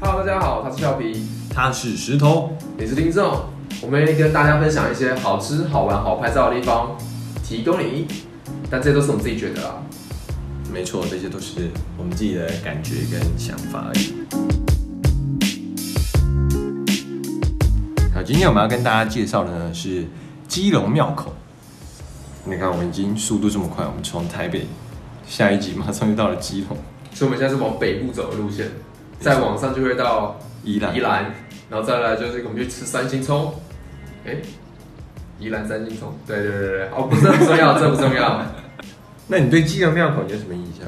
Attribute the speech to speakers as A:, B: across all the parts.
A: Hello，大家好，他是俏皮，
B: 他是石头，
A: 你是听众，我们愿意跟大家分享一些好吃、好玩、好拍照的地方，提供你意见，但这些都是我们自己觉得啦。
B: 没错，这些都是我们自己的感觉跟想法而已。好，今天我们要跟大家介绍的呢是基隆庙口。你看，我们已经速度这么快，我们从台北下一集马上就到了基隆、
A: 所以我们现在是往北部走的路线，再往上就会到
B: 宜兰、
A: 宜兰，然后再来就是我们去吃三星葱，哎、宜兰三星葱，对对对对，哦，不是很重要，这不重要。
B: 那你对基隆庙口你有什么印象？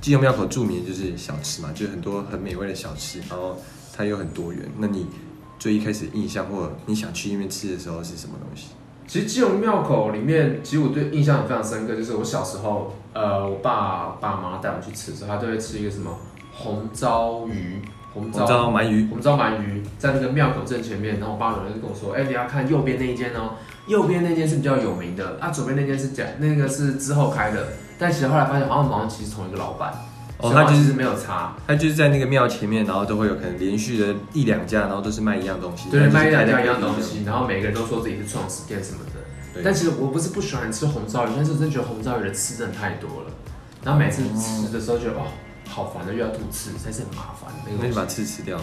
B: 基隆庙口著名的就是小吃嘛，就是很多很美味的小吃，然后它有很多元。那你最一开始印象或你想去那边吃的时候是什么东西？
A: 其实基隆庙口里面，其实我对印象非常深刻，就是我小时候，呃，我爸爸妈带我去吃的时候，他都会吃一个什么红糟鱼，红
B: 我知道鳗鱼，
A: 红糟鳗鱼在那个庙口正前面，然后我爸有人就跟我说，哎、你要看右边那一间哦，右边那间是比较有名的，啊，左边那间是假，那个是之后开的，但其实后来发现好像好像其实同一个老板，
B: 哦
A: 所以好像
B: 他就是
A: 其实没有差，
B: 它就是在那个庙前面，然后都会有可能连续的一两家，然后都是卖一样东西，
A: 对，
B: 但就是
A: 卖一两家
B: 开
A: 一
B: 在
A: 样东
B: 不
A: 西，然后每个人都说自己是创始店什么的。
B: 对
A: 但其实我不是不喜欢吃红烧鱼，但是我真的觉得红烧鱼的刺真的太多了，然后每次吃的时候觉得哦好烦的，又要吐刺，才是很麻烦那
B: 那
A: 个
B: 就
A: 东
B: 把
A: 西。
B: 刺吃掉。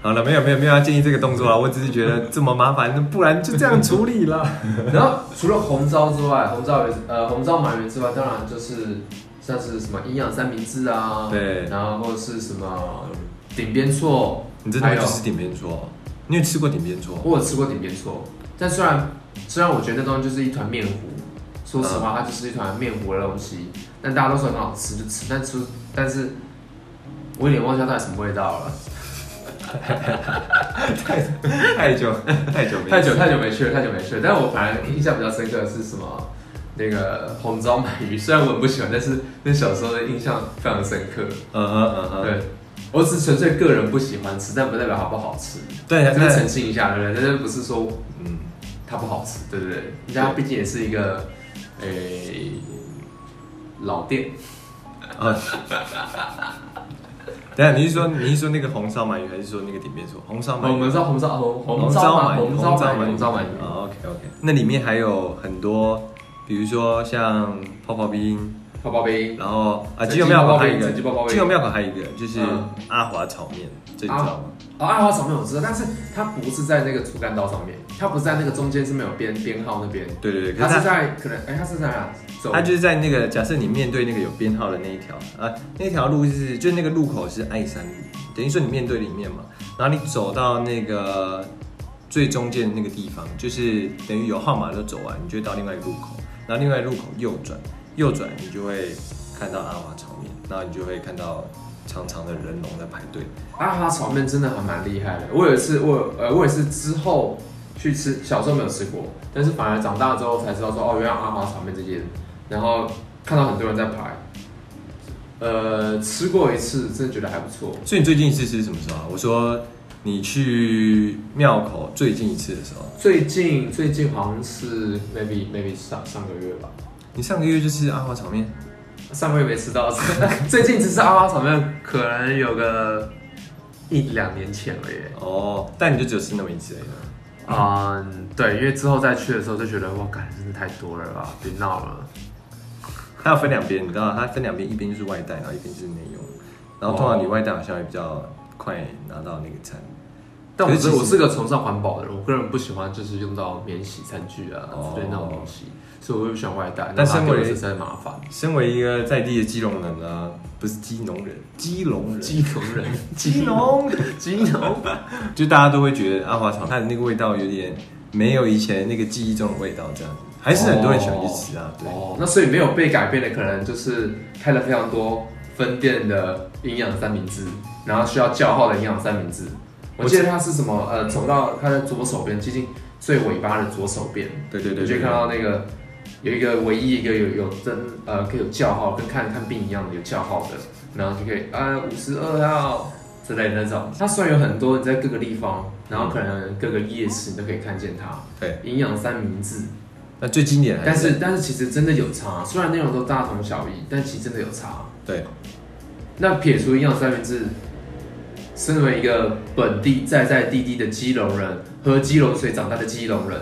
B: 好了，没有没有没有要建议这个动作啊， 我只是觉得这么麻烦，那不然就这样处理了。
A: 然后除了红烧之外，红烧鱼呃红烧鳗鱼之外，当然就是像是什么营养三明治啊，，
B: 对，
A: 然后或者是什么顶边错，
B: 你真的会去吃顶边桌哦？你有吃过顶边桌？
A: 我有吃过顶边错，但虽然虽然我觉得那东西就是一团面糊，说实话，它就是一团面糊的东西，但大家都说很好吃，就吃，但吃，但是我有点忘记它到底什么味道了，
B: 太 久太久没
A: 太久
B: 吃
A: 太久没去了，太久没去了。但我反而印象比较深刻的是什么？那个红糟鳗鱼，虽然我很不喜欢，但是那小时候的印象非常深刻。
B: 嗯哼嗯哼，
A: 对，呃我只是纯粹个人不喜欢吃，但不代表它不好 吃。
B: 对
A: 这
B: 那
A: 个澄清一下，对不对？但是不是说
B: 嗯，
A: 它不好吃，对不对？人家毕竟也是一个，诶、老店，
B: 哦 等一下你是说你是说那个红烧鳗鱼，还是说那个顶边桌？红烧鳗
A: 哦我
B: 鱼。
A: 们知道啊红烧红红烧
B: 烧
A: 鳗
B: 鱼，
A: 红烧鳗鱼，红烧鳗鱼，
B: 啊，OK OK，那里面还有很多，比如说像泡泡冰，
A: 泡泡冰，
B: 然后啊，
A: 整
B: 基隆庙口还有一
A: 整鸡泡泡
B: 个，
A: 冰
B: 基隆庙口还有一个就是
A: 嗯
B: 阿华炒面，这你知道吗？
A: 哦，阿华炒面我知道，但是它不是在那个主干道上面，它不是在那个中间是没有编编号那边，
B: 对对对，可
A: 它是
B: 是它
A: 在可能哎、它是在哪？走
B: 它就是在那个，假设你面对那个有编号的那一条啊，那条路是就那个路口是爱山路，等于说你面对里面嘛，然后你走到那个最中间的那个地方，就是等于有号码都走完，你就会到另外一个路口，然后另外一个路口右转，右转你就会看到阿华炒面，然后你就会看到长长的人龙在排队。
A: 阿华炒面真的还蛮厉害的。我有一次，我有呃，我也是之后去吃，小时候没有吃过，但是反而长大之后才知道说，哦，原来阿华炒面这件，然后看到很多人在排。呃，吃过一次，真的觉得还不错。
B: 所以你最近一次是什么时候啊？我说你去庙口最近一次的时候，
A: 最近最近好像是 maybe maybe 上上个月吧，
B: 你上个月就吃阿华炒面，
A: 上个月没吃到， 最近只是阿华炒面，可能有个一两年前了耶。
B: 哦，但你就只有吃那么一次而已嘛。啊
A: 嗯，对，因为之后再去的时候就觉得，哇，感真的太多了吧，别闹了。
B: 它要分两边，你知道，它分两边，一边就是外带，然后一边就是内用。然后通常你外带好像会比较快拿到那个餐。
A: 但我
B: 可是
A: 是
B: 其实
A: 我是个崇尚环保的人，我个人不喜欢就是用到免洗餐具啊
B: 哦
A: 之类那种东西，所以我又不喜欢外带，
B: 但
A: 那它
B: 身
A: 给我
B: 为
A: 实在麻烦。
B: 身为一个在地的基隆人啊，不是基隆人，基隆人，
A: 基隆 人，
B: 基隆，
A: 基隆，
B: 就大家都会觉得阿华炒它的那个味道有点没有以前那个记忆中的味道这样子，还是很多人喜欢去吃啊，对。
A: 哦，那所以没有被改变的，可能就是开了非常多分店的营养三明治，然后需要叫号的营养三明治。我记得它是什么？呃，走到它的左手边，接近最尾巴的左手边，
B: 对对对
A: 你就
B: 对
A: 会看到那个有一个唯一一个有有真呃可以有叫号，跟看看病一样的有叫号的，然后就可以啊五十二号、之类的那种。它虽然有很多你在各个地方，然后可能各个夜市你都可以看见它。
B: 对，
A: 营养三明治，
B: 那最经典还
A: 但是但是其实真的有差，虽然内容都大同小异，但其实真的有差。
B: 对，
A: 那撇除营养三明治，身为一个本地在在地地的基隆人，喝基隆水长大的基隆人，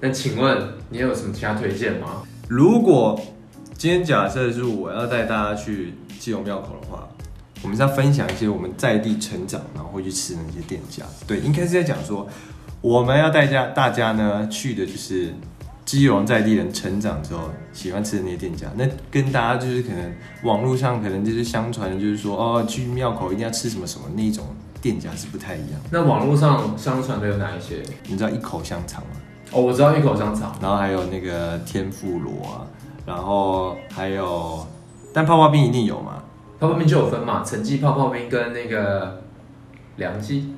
A: 那请问你有什么其他推荐吗？
B: 如果今天假设是我要带大家去基隆庙口的话，我们是要分享一些我们在地成长，然后会去吃的那些店家。对，应该是在讲说，我们要带家大家呢去的就是基隆在地人成长之后喜欢吃的那些店家。那跟大家就是可能网络上可能就是相传的就是说哦，去庙口一定要吃什么什么那一种店家是不太一样。
A: 那网络上相传的有哪一些？
B: 你知道一口香肠吗？
A: 哦，我知道一口香肠，
B: 然后还有那个天妇罗啊，然后还有，但泡泡冰一定有嘛？
A: 泡泡冰就有分嘛，陈记泡泡冰跟那个梁记，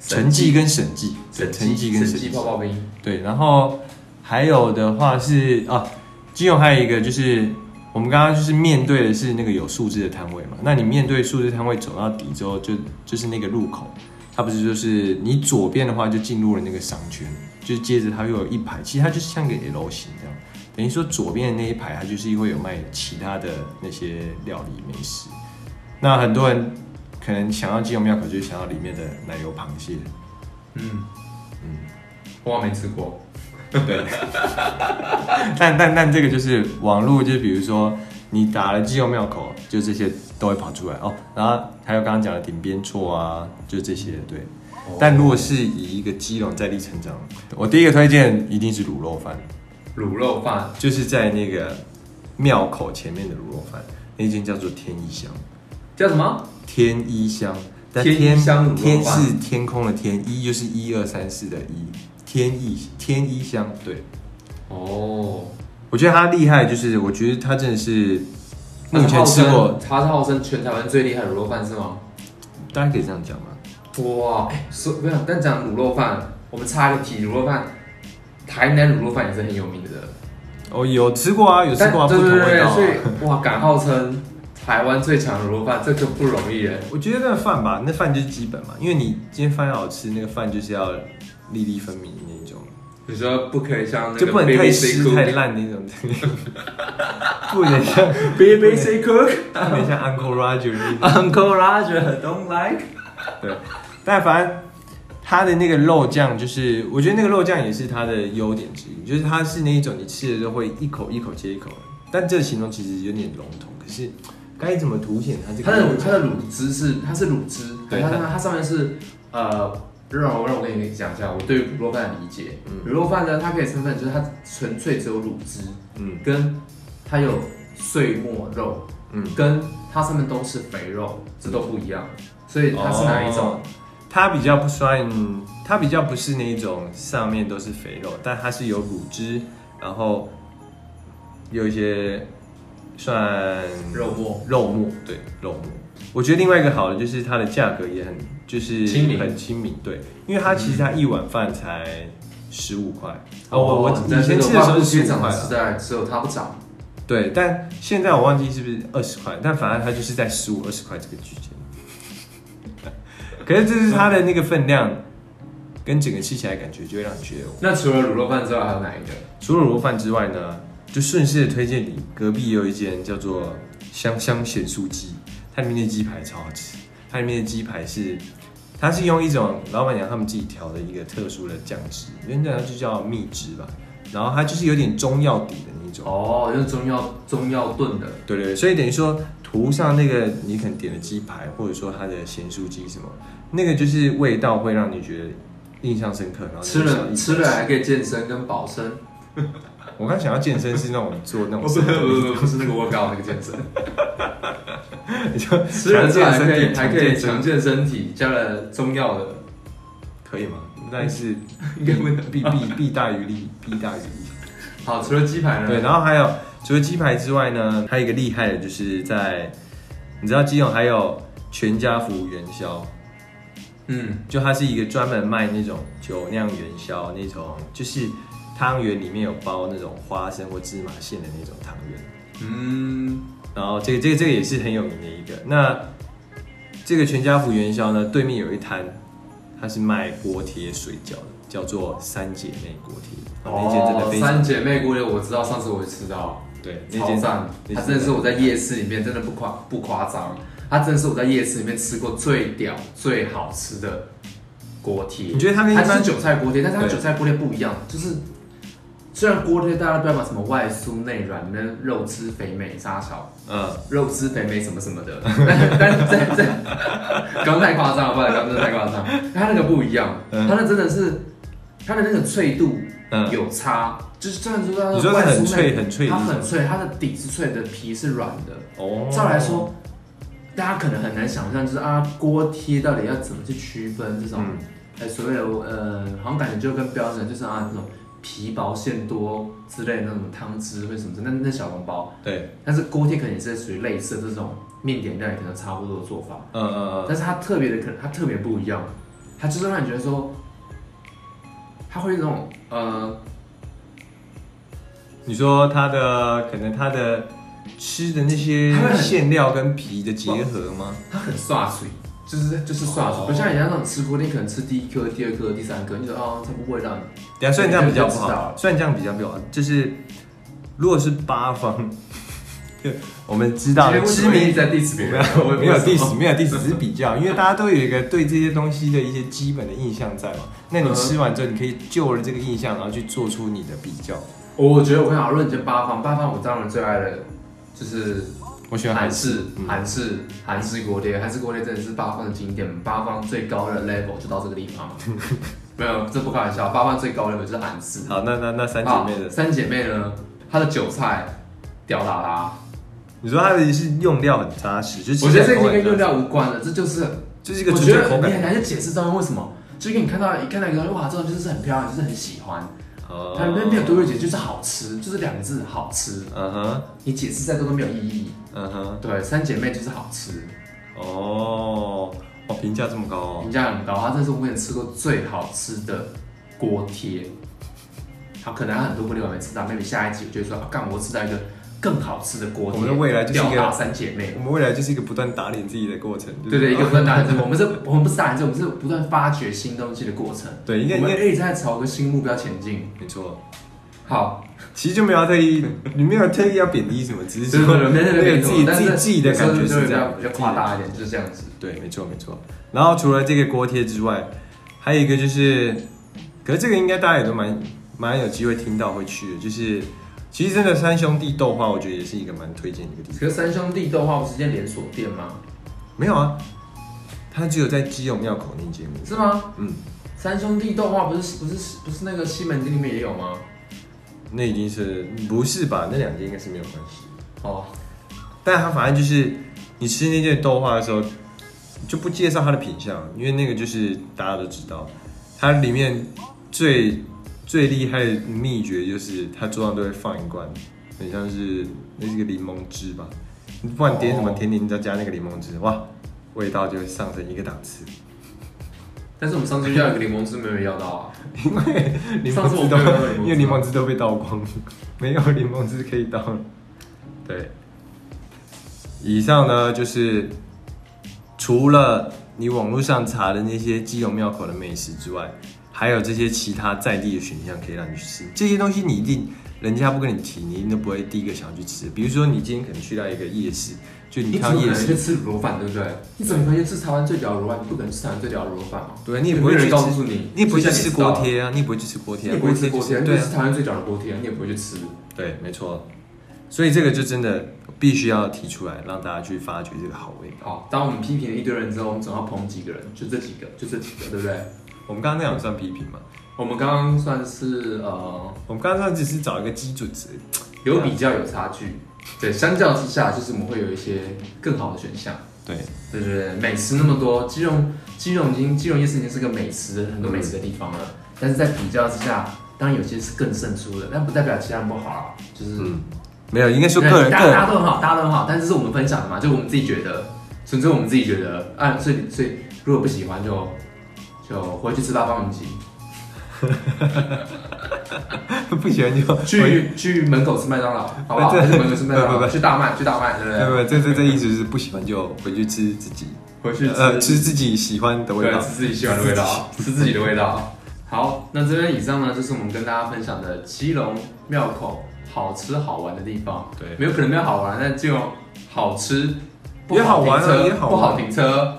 B: 陈记跟沈记，对
A: 陈
B: 陈
A: 记
B: 记跟
A: 陈
B: 沈
A: 记
B: 记，
A: 泡泡冰，
B: 对，然后还有的话是啊，基隆还有一个就是我们刚刚就是面对的是那个有数字的摊位嘛，那你面对数字摊位走到底之后就，就是那个路口，它不是就是你左边的话就进入了那个商圈，就是接着它又有一排，其实它就像个 L 型这样，等于说左边的那一排它就是会有卖其他的那些料理美食，那很多人可能想要基隆庙口就是想要里面的奶油螃蟹，
A: 嗯嗯，我好像没吃过，
B: 对，但但但这个就是网络，就是比如说你打了基友庙口，就这些都会跑出来哦。然后还有刚刚讲的顶边错啊，就这些对。但如果是以一个基隆在地成长，我第一个推荐一定是卤肉饭，
A: 卤肉饭，
B: 就是在那个庙口前面的卤肉饭，那间叫做天一香，
A: 叫什么？
B: 天一香。但
A: 天一香卤肉
B: 天
A: 饭
B: 是天空的天，一就是一二三四的一，天一天一香，对，
A: 哦，
B: 我觉得他厉害，就是我觉得他真的是目前
A: 它是
B: 吃过，
A: 号称，它是号称全台湾最厉害的卤肉饭是吗？
B: 大家可以这样讲吗？
A: 哇，哎、说不想，但讲卤肉饭，我们插一个题，卤肉饭，台南卤肉饭也是很有名的，
B: 哦，有吃过啊，有吃过啊，
A: 但
B: 不
A: 对对
B: 同味
A: 对，
B: 道、
A: 对
B: 啊。
A: 所以哇，敢号称台湾最强的卤肉饭，这个不容易耶。
B: 我觉得那个饭吧，那饭就是基本嘛，因为你今天饭要好吃，那个饭就是要粒粒分明的那种，
A: 你说不可以像那
B: 就
A: 个
B: 不能太
A: BBC
B: 湿
A: Cook，
B: 太烂那种， 不能像
A: BBC Cook
B: 不能像 Uncle Roger 那种。
A: Uncle Roger don't like。
B: 对，但反正它的那个肉酱，就是我觉得那个肉酱也是它的优点之一，就是它是那一种你吃了之后会一口一口接一口，但这个形容其实有点笼统，可是该怎么凸显它这
A: 它
B: 个
A: 的
B: 肉
A: 它
B: 酱？
A: 的卤汁是它是卤汁，
B: 对
A: 它
B: 它
A: 它它上面是呃，让我让我跟你讲一下我对于卤肉饭的理解。卤肉饭呢，它可以称分，就是它纯粹只有卤汁，
B: 嗯
A: 跟它有碎末肉，
B: 嗯，
A: 跟它上面都是肥肉，这都不一样。所以它是哪一种？
B: 哦它比较不算，它比较不是那一种上面都是肥肉，但它是有乳汁，然后有一些算
A: 肉末？
B: 肉末，对肉末。我觉得另外一个好的就是它的价格也很就是
A: 亲民
B: 很亲民，对，因为它其实它一碗饭才十五块。哦，我我
A: 但
B: 以
A: 是
B: 前吃的时候是
A: 学
B: 十五
A: 长
B: 块
A: 的
B: 啦
A: 时代只有它不涨。
B: 对，但现在我忘记是不是二十块，但反正它就是在十五二十块这个区间。 可是这是它的那个分量，跟整个吃起来感觉就会让你觉得，
A: 那除了卤肉饭之外，还有哪一个？
B: 除了卤肉饭之外呢，就顺势地推荐你隔壁有一间叫做香香咸酥鸡，它里面的鸡排超好吃，它里面的鸡排是。它是用一种老板娘他们自己调的一个特殊的酱汁，原本它就叫蜜汁吧，然后它就是有点中药底的那种，
A: 哦，就是中药中药炖的。
B: 对对，对所以等于说涂上那个你可能点的鸡排，或者说它的咸酥鸡什么，那个就是味道会让你觉得印象深刻，然后你
A: 吃
B: 会想
A: 了
B: 一直
A: 吃了。还可以健身跟保 身，
B: 我刚想要健身是那种做 那种
A: 哦不不不是那个 workout 那个健 身，
B: 你就
A: 吃了之后还可以还可以强
B: 强
A: 健身体，加了中药的，
B: 可以吗？但是
A: 应该不能
B: 弊 弊弊大于利，弊大于利。
A: 好，除了鸡排呢？
B: 对，然后还有除了鸡排之外呢，还有一个厉害的，就是在你知道基隆还有全家福元宵，
A: 嗯，
B: 就它是一个专门卖那种酒酿元宵那种，就是汤圆里面有包那种花生或芝麻馅的那种汤圆。
A: 嗯
B: 然后这个这个这个也是很有名的一个。那这个全家福元宵呢，对面有一摊，它是卖锅贴水饺的，叫做三姐妹锅贴。哦，那间真的非常
A: 嗯三姐妹锅的，我知道，上次我也吃到，
B: 对，那
A: 超
B: 间
A: 赞！它真的是我在夜市里面真的不夸不夸张，它真的是我在夜市里面吃过最屌、最好吃的锅贴。
B: 你觉得它跟一
A: 它
B: 般
A: 是韭菜锅贴，但是它
B: 对
A: 韭菜锅贴不一样，就是虽然锅贴大家都要把什么外酥内软，那肉汁肥美沙小，
B: 嗯，
A: 肉汁肥美什么什么 的，但但是在在，刚刚太夸张了，不然刚刚真的太夸张。它那个不一样，
B: 嗯
A: 它那真的是它的那个脆度
B: 嗯
A: 有差，就是虽然说它
B: 你说它
A: 外酥
B: 很
A: 内
B: 脆很脆
A: 它
B: 是什
A: 很
B: 么
A: 脆，它的底是脆的，皮是软的。
B: 哦
A: 照来，说，大家可能很难想象，就是啊，锅贴到底要怎么去区分这种，
B: 嗯
A: 哎、所谓的呃，好像感觉就跟标准就是啊那种皮薄馅多之类的那种汤汁或什么的，那那小笼包。
B: 对，
A: 但是锅贴可能也是属于类似这种面点料理可能差不多的做法，
B: 嗯嗯
A: 但是它特别的可能它特别不一样，它就是让你觉得说，它会有一种呃，
B: 嗯，你说它的可能它的吃的那些
A: 它会很
B: 馅料跟皮的结合吗？
A: 它很刷嘴，就是就是刷嘴，
B: 哦
A: 不像人家那种吃锅贴可能吃第一颗、第二颗、第三颗，你就觉得哦，它不会让你
B: 等一下，啊虽然这样比较不
A: 对就知道
B: 好，
A: 了
B: 虽然这样比较不好，就是如果是八方， 就我们知道的知名
A: 在 diss 别人，我也不
B: 没
A: 知道为
B: 有第
A: 什
B: 十，
A: 么
B: 没有第十，只是比较，因为大家都有一个对这些东西的一些基本的印象在嘛。那你
A: 嗯
B: 吃完之后，你可以就着这个印象，然后去做出你的比较。
A: 我觉得我跟你讲，论件八方，八方我当然最爱的就是
B: 我喜欢
A: 韩
B: 韩式，
A: 式
B: 嗯、
A: 韩式韩式锅贴，韩式锅贴真的是八方的经典，八方最高的 level 就到这个地 方。没有，这不开玩笑，八方最高的 level 就是韩式。
B: 好，那那那三姐妹的，
A: 啊三姐妹呢，她的韭菜屌打啦，
B: 你说它的是用料很扎实，就
A: 我觉得这
B: 个
A: 已经跟用，料无关了，这就是
B: 就是一个
A: 我
B: 主
A: 觉
B: 角
A: 得
B: 口
A: 你
B: 感
A: 很。难去解释到底为什么。就是你看到一看到一个东西，哇，这种就是很漂亮，就是很喜欢，
B: 哦
A: 它没有多余解，就是好吃，就是两个字好吃，
B: 嗯哼，
A: 你解释再多都没有意义。
B: 嗯哼，
A: 对，三姐妹就是好吃，
B: 哦，哦，评价这么高哦，
A: 评价很高，它这是我目前吃过最好吃的锅贴。好，可能还有很多锅贴我没吃到，maybe 下一集我就会说，啊，干，我吃到一个更好吃的锅贴。
B: 我们的未来就是一个
A: 吊打三姐妹。
B: 我们未来就是一个不断打脸自己的过程，
A: 对 对，一个不断打人，我们是，我们不是打人，我们是不断发掘新东西的过程。
B: 对，应该
A: 我
B: 应
A: 们
B: 该
A: 一直在朝个新目标前进。
B: 没错。
A: 好，
B: 其实就没有特意，你没有特意要贬低什么，只是说
A: 对对对
B: 那
A: 对
B: 个自己
A: 但
B: 自己
A: 是
B: 自己的感觉
A: 有时候
B: 是
A: 就
B: 这样，
A: 比较比较夸大一点，就是这样子。
B: 对，没错没错。然后除了这个锅贴之外，还有一个就是，可是这个应该大家也都蛮蛮有机会听到会去的，就是其实真的三兄弟豆花，我觉得也是一个蛮推荐的一个地方。
A: 可是三兄弟豆花不是一间连锁店吗？
B: 没有啊，它只有在基隆庙口那间。
A: 是吗？
B: 嗯，
A: 三兄弟豆花不是不是不是那个西门町里面也有吗？
B: 那已经是不是吧？那两间应该是没有关系。
A: 哦，
B: 但它反正就是你吃那件豆花的时候，就不介绍它的品相，因为那个就是大家都知道，它里面最最厉害的秘诀就是它桌上都会放一罐，很像是那是个柠檬汁吧，你不管点什么甜点，你只要加那个柠檬汁，哇，味道就会上升一个档次。
A: 但是我们上次要一个柠檬汁没有要到啊。
B: 因为 柠
A: 上
B: 檬
A: 次
B: 汁
A: 我
B: 都
A: 没有喝柠檬汁啊
B: 因为柠檬汁都被倒光了，没有柠檬汁可以倒了。对，以上呢就是除了你网络上查的那些基隆庙口的美食之外，还有这些其他在地的选项可以让你去吃。这些东西你一定人家不跟你提，你一定都不会第一个想要去吃。比如说你今天可能去到一个夜市，就你
A: 你
B: 看
A: 怎
B: 到
A: 么可能
B: 夜
A: 去吃
B: 市，
A: 卤肉饭，对不对？你怎么可能去吃台湾最屌的卤肉饭？你不可能吃台湾最屌的卤肉饭嘛？
B: 对你也不会
A: 有
B: 去
A: 人
B: 吃
A: 告诉你，
B: 你也不会去吃锅
A: 贴。
B: 贴啊，你也不会去吃锅
A: 你
B: 贴、啊，
A: 也不会吃锅贴，你
B: 对
A: 就
B: 啊
A: 是。台湾最屌的锅贴，你也不会去吃。
B: 对，没错。所以这个就真的必须要提出来，让大家去发掘这个好味道。
A: 好，当我们批评了一堆人之后，我们总要捧几个人，就这几个，就这几个，对不对？
B: 我们刚刚那样算批评吗？
A: 我们刚刚算是呃
B: 我们刚刚那样只是找一个基准值。
A: 有比较有差距，对，相较之下，就是我们会有一些更好的选项，
B: 对，
A: 对对对，美食那么多，基隆基隆已经基隆夜市已经是个美食很多美食的地方了，但是在比较之下，当然有些是更胜出的，但不代表其他人不好啊，就是。
B: 嗯，没有，应该说
A: 对
B: 个人
A: 大
B: 个
A: 家大
B: 人
A: 家都很好，大家都很好，但是是我们分享的嘛，就我们自己觉得，纯粹我们自己觉得，啊，所以所以如果不喜欢就就回去吃八方云集，
B: 不喜欢就回
A: 去去门口吃麦当劳，好不好？
B: 对
A: 去门口吃麦当
B: 不不
A: 劳，
B: 不
A: 去大麦，去大麦，对不
B: 不
A: 对？
B: 不，这这这意思是不喜欢就回去吃自己
A: 回去
B: 呃，
A: 吃
B: 吃自己喜欢的味
A: 对，
B: 道
A: 吃。自己喜欢的味 道，吃自己的味道。好，那这边以上呢，就是我们跟大家分享的基隆庙口好吃好玩的地方。
B: 对，
A: 没有可能没有好玩，但就好吃，不
B: 也好玩
A: 停车
B: 啊也好玩
A: 不好停车。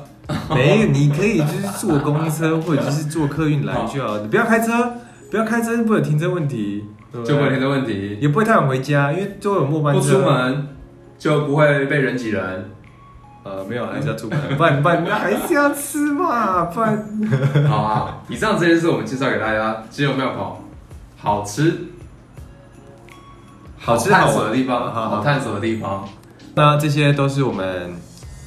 B: 没有，你可以就是坐公车或者是坐客运来就好，你不要开车，不要开车，不会有停车问题，对不对
A: 就会停车问题，
B: 也不会太晚回家，因为都有末班
A: 不
B: 车。
A: 出门就不会被人挤人。
B: 呃，没有，还 是要出门，不然不然那还是要吃嘛，不然
A: 好啊，以上这些是我们介绍给大家基隆庙口好吃、
B: 好吃
A: 探
B: 好
A: 索
B: 玩
A: 的地方，好
B: 好好
A: 探索的地方。
B: 那这些都是我们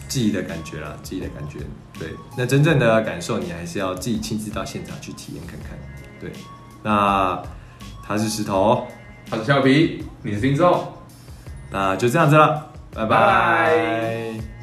B: 记忆的感觉啦，记忆的感觉。对，那真正的感受你还是要自己亲自到现场去体验看看。对，那他是石头，哦
A: 我是俏皮，你是听众。
B: 那就这样子了，拜
A: 拜
B: 拜。
A: 拜